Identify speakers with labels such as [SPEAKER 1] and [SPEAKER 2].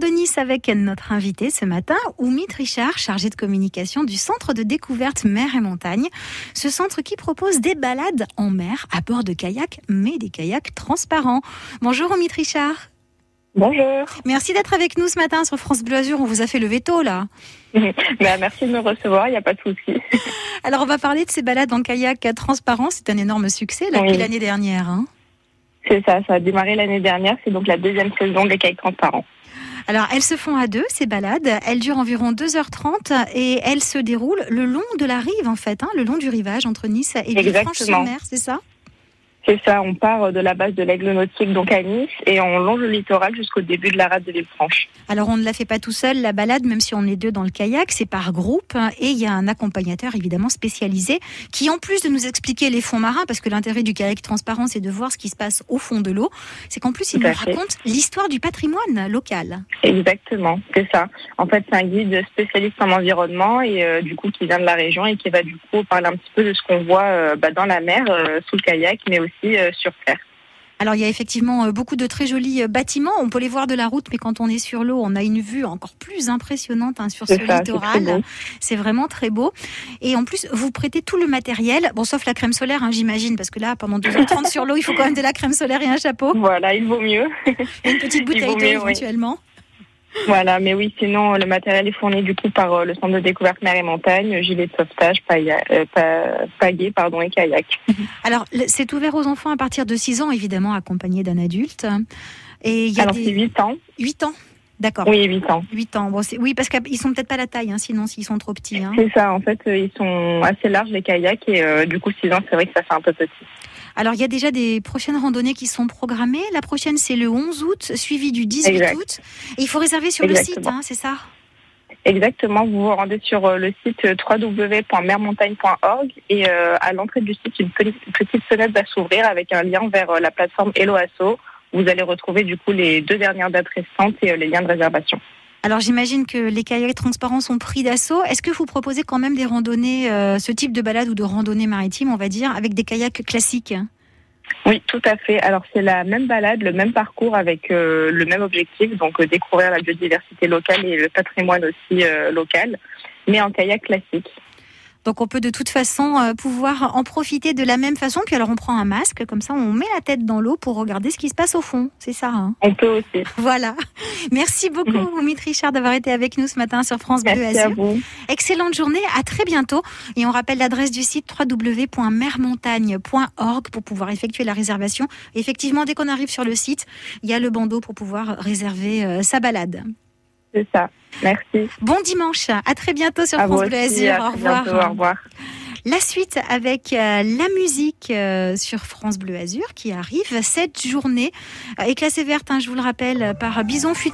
[SPEAKER 1] de Nice avec notre invité ce matin, Oumit Richard, chargé de communication du Centre de découverte mer et montagne. Ce centre qui propose des balades en mer à bord de kayaks, mais des kayaks transparents. Bonjour Oumit Richard.
[SPEAKER 2] Bonjour.
[SPEAKER 1] Merci d'être avec nous ce matin sur France Bleu Azur. On vous a fait le veto là.
[SPEAKER 2] Bah, merci de me recevoir, il n'y a pas de souci.
[SPEAKER 1] Alors on va parler de ces balades en kayak transparent. C'est un énorme succès là, depuis
[SPEAKER 2] Oui.
[SPEAKER 1] l'année dernière. hein.
[SPEAKER 2] C'est ça, ça a démarré l'année dernière, c'est donc la deuxième saison des cailles transparents.
[SPEAKER 1] Alors, elles se font à deux, ces balades. Elles durent environ 2h30 et elles se déroulent le long de la rive, en fait, hein, le long du rivage entre Nice et Villefranche-sur-Mer, c'est ça
[SPEAKER 2] C'est ça, on part de la base de l'aigle nautique, donc à Nice, et on longe le littoral jusqu'au début de la rade de Villefranche.
[SPEAKER 1] Alors, on ne la fait pas tout seul, la balade, même si on est deux dans le kayak, c'est par groupe. hein, et il y a un accompagnateur, évidemment, spécialisé, qui, en plus de nous expliquer les fonds marins, parce que l'intérêt du kayak transparent, c'est de voir ce qui se passe au fond de l'eau, c'est qu'en plus, il
[SPEAKER 2] Tout à
[SPEAKER 1] nous
[SPEAKER 2] fait.
[SPEAKER 1] raconte l'histoire du patrimoine local.
[SPEAKER 2] Exactement, c'est ça. En fait, c'est un guide spécialiste en environnement et euh, du coup qui vient de la région et qui va du coup parler un petit peu de ce qu'on voit euh, bah, dans la mer, euh, sous le kayak, mais aussi euh, sur terre.
[SPEAKER 1] Alors il y a effectivement euh, beaucoup de très jolis euh, bâtiments, on peut les voir de la route, mais quand on est sur l'eau, on a une vue encore plus impressionnante hein, sur ce
[SPEAKER 2] C'est ça, c'est très beau.
[SPEAKER 1] littoral. C'est vraiment très beau. Et en plus, vous prêtez tout le matériel, bon sauf la crème solaire, hein, j'imagine, parce que là, pendant 2h30 sur l'eau, il faut quand même de la crème solaire et un chapeau,
[SPEAKER 2] Voilà, il vaut mieux.
[SPEAKER 1] et une petite
[SPEAKER 2] Il vaut
[SPEAKER 1] bouteille d'eau
[SPEAKER 2] mieux, oui.
[SPEAKER 1] éventuellement.
[SPEAKER 2] Voilà, mais oui, sinon euh, le matériel est fourni du coup par euh, le centre de découverte mer et montagne, gilet de sauvetage, pailla- euh, pa- pagaie, pardon et kayak.
[SPEAKER 1] Alors le- c'est ouvert aux enfants à partir de 6 ans, évidemment, accompagné d'un adulte. Et il y a
[SPEAKER 2] Alors c'est
[SPEAKER 1] des...
[SPEAKER 2] 8 ans.
[SPEAKER 1] 8 ans, d'accord.
[SPEAKER 2] Oui, 8 ans.
[SPEAKER 1] 8 ans, bon, c'est- oui, parce qu'ils sont peut-être pas la taille, hein, sinon s'ils sont trop petits. hein.
[SPEAKER 2] C'est ça, en fait, euh, ils sont assez larges les kayaks et euh, du coup 6 ans, c'est vrai que ça fait un peu petit.
[SPEAKER 1] Alors, il y a déjà des prochaines randonnées qui sont programmées. La prochaine, c'est le 11 août, suivie du 18
[SPEAKER 2] Exact.
[SPEAKER 1] août. Et il faut réserver sur le site,
[SPEAKER 2] Exactement.
[SPEAKER 1] hein, c'est ça
[SPEAKER 2] Exactement, vous vous rendez sur euh, le site euh, www.mermontagne.org et euh, à l'entrée du site, une petite petite fenêtre va s'ouvrir avec un lien vers euh, la plateforme Hello Asso. Vous allez retrouver du coup les deux dernières dates restantes et euh, les liens de réservation.
[SPEAKER 1] Alors, j'imagine que les kayaks transparents sont pris d'assaut. Est-ce que vous proposez quand même des randonnées, euh, ce type de balade ou de randonnée maritime, on va dire, avec des kayaks classiques
[SPEAKER 2] Oui, tout à fait. Alors c'est la même balade, le même parcours avec euh, le même objectif, donc euh, découvrir la biodiversité locale et le patrimoine aussi euh, local, mais en kayak classique.
[SPEAKER 1] Donc, on peut de toute façon euh, pouvoir en profiter de la même façon. Puis alors, on prend un masque, comme ça, on met la tête dans l'eau pour regarder ce qui se passe au fond. C'est ça, hein
[SPEAKER 2] On peut aussi.
[SPEAKER 1] Voilà. Merci beaucoup, Oumit Richard, d'avoir été avec nous ce matin sur France Bleu
[SPEAKER 2] Mhm. Merci
[SPEAKER 1] Azur.
[SPEAKER 2] à vous.
[SPEAKER 1] Excellente journée, à très bientôt. Et on rappelle l'adresse du site www.mermontagne.org pour pouvoir effectuer la réservation. Effectivement, dès qu'on arrive sur le site, il y a le bandeau pour pouvoir réserver euh, sa balade.
[SPEAKER 2] C'est ça. Merci.
[SPEAKER 1] Bon dimanche, à très bientôt sur
[SPEAKER 2] à vous
[SPEAKER 1] France Bleu
[SPEAKER 2] aussi.
[SPEAKER 1] Azur.
[SPEAKER 2] À
[SPEAKER 1] Au
[SPEAKER 2] très
[SPEAKER 1] revoir.
[SPEAKER 2] bientôt. Au revoir.
[SPEAKER 1] La suite avec euh, la musique euh, sur France Bleu Azur qui arrive. Cette journée euh, est classée verte, hein, je vous le rappelle, par Bison Futur.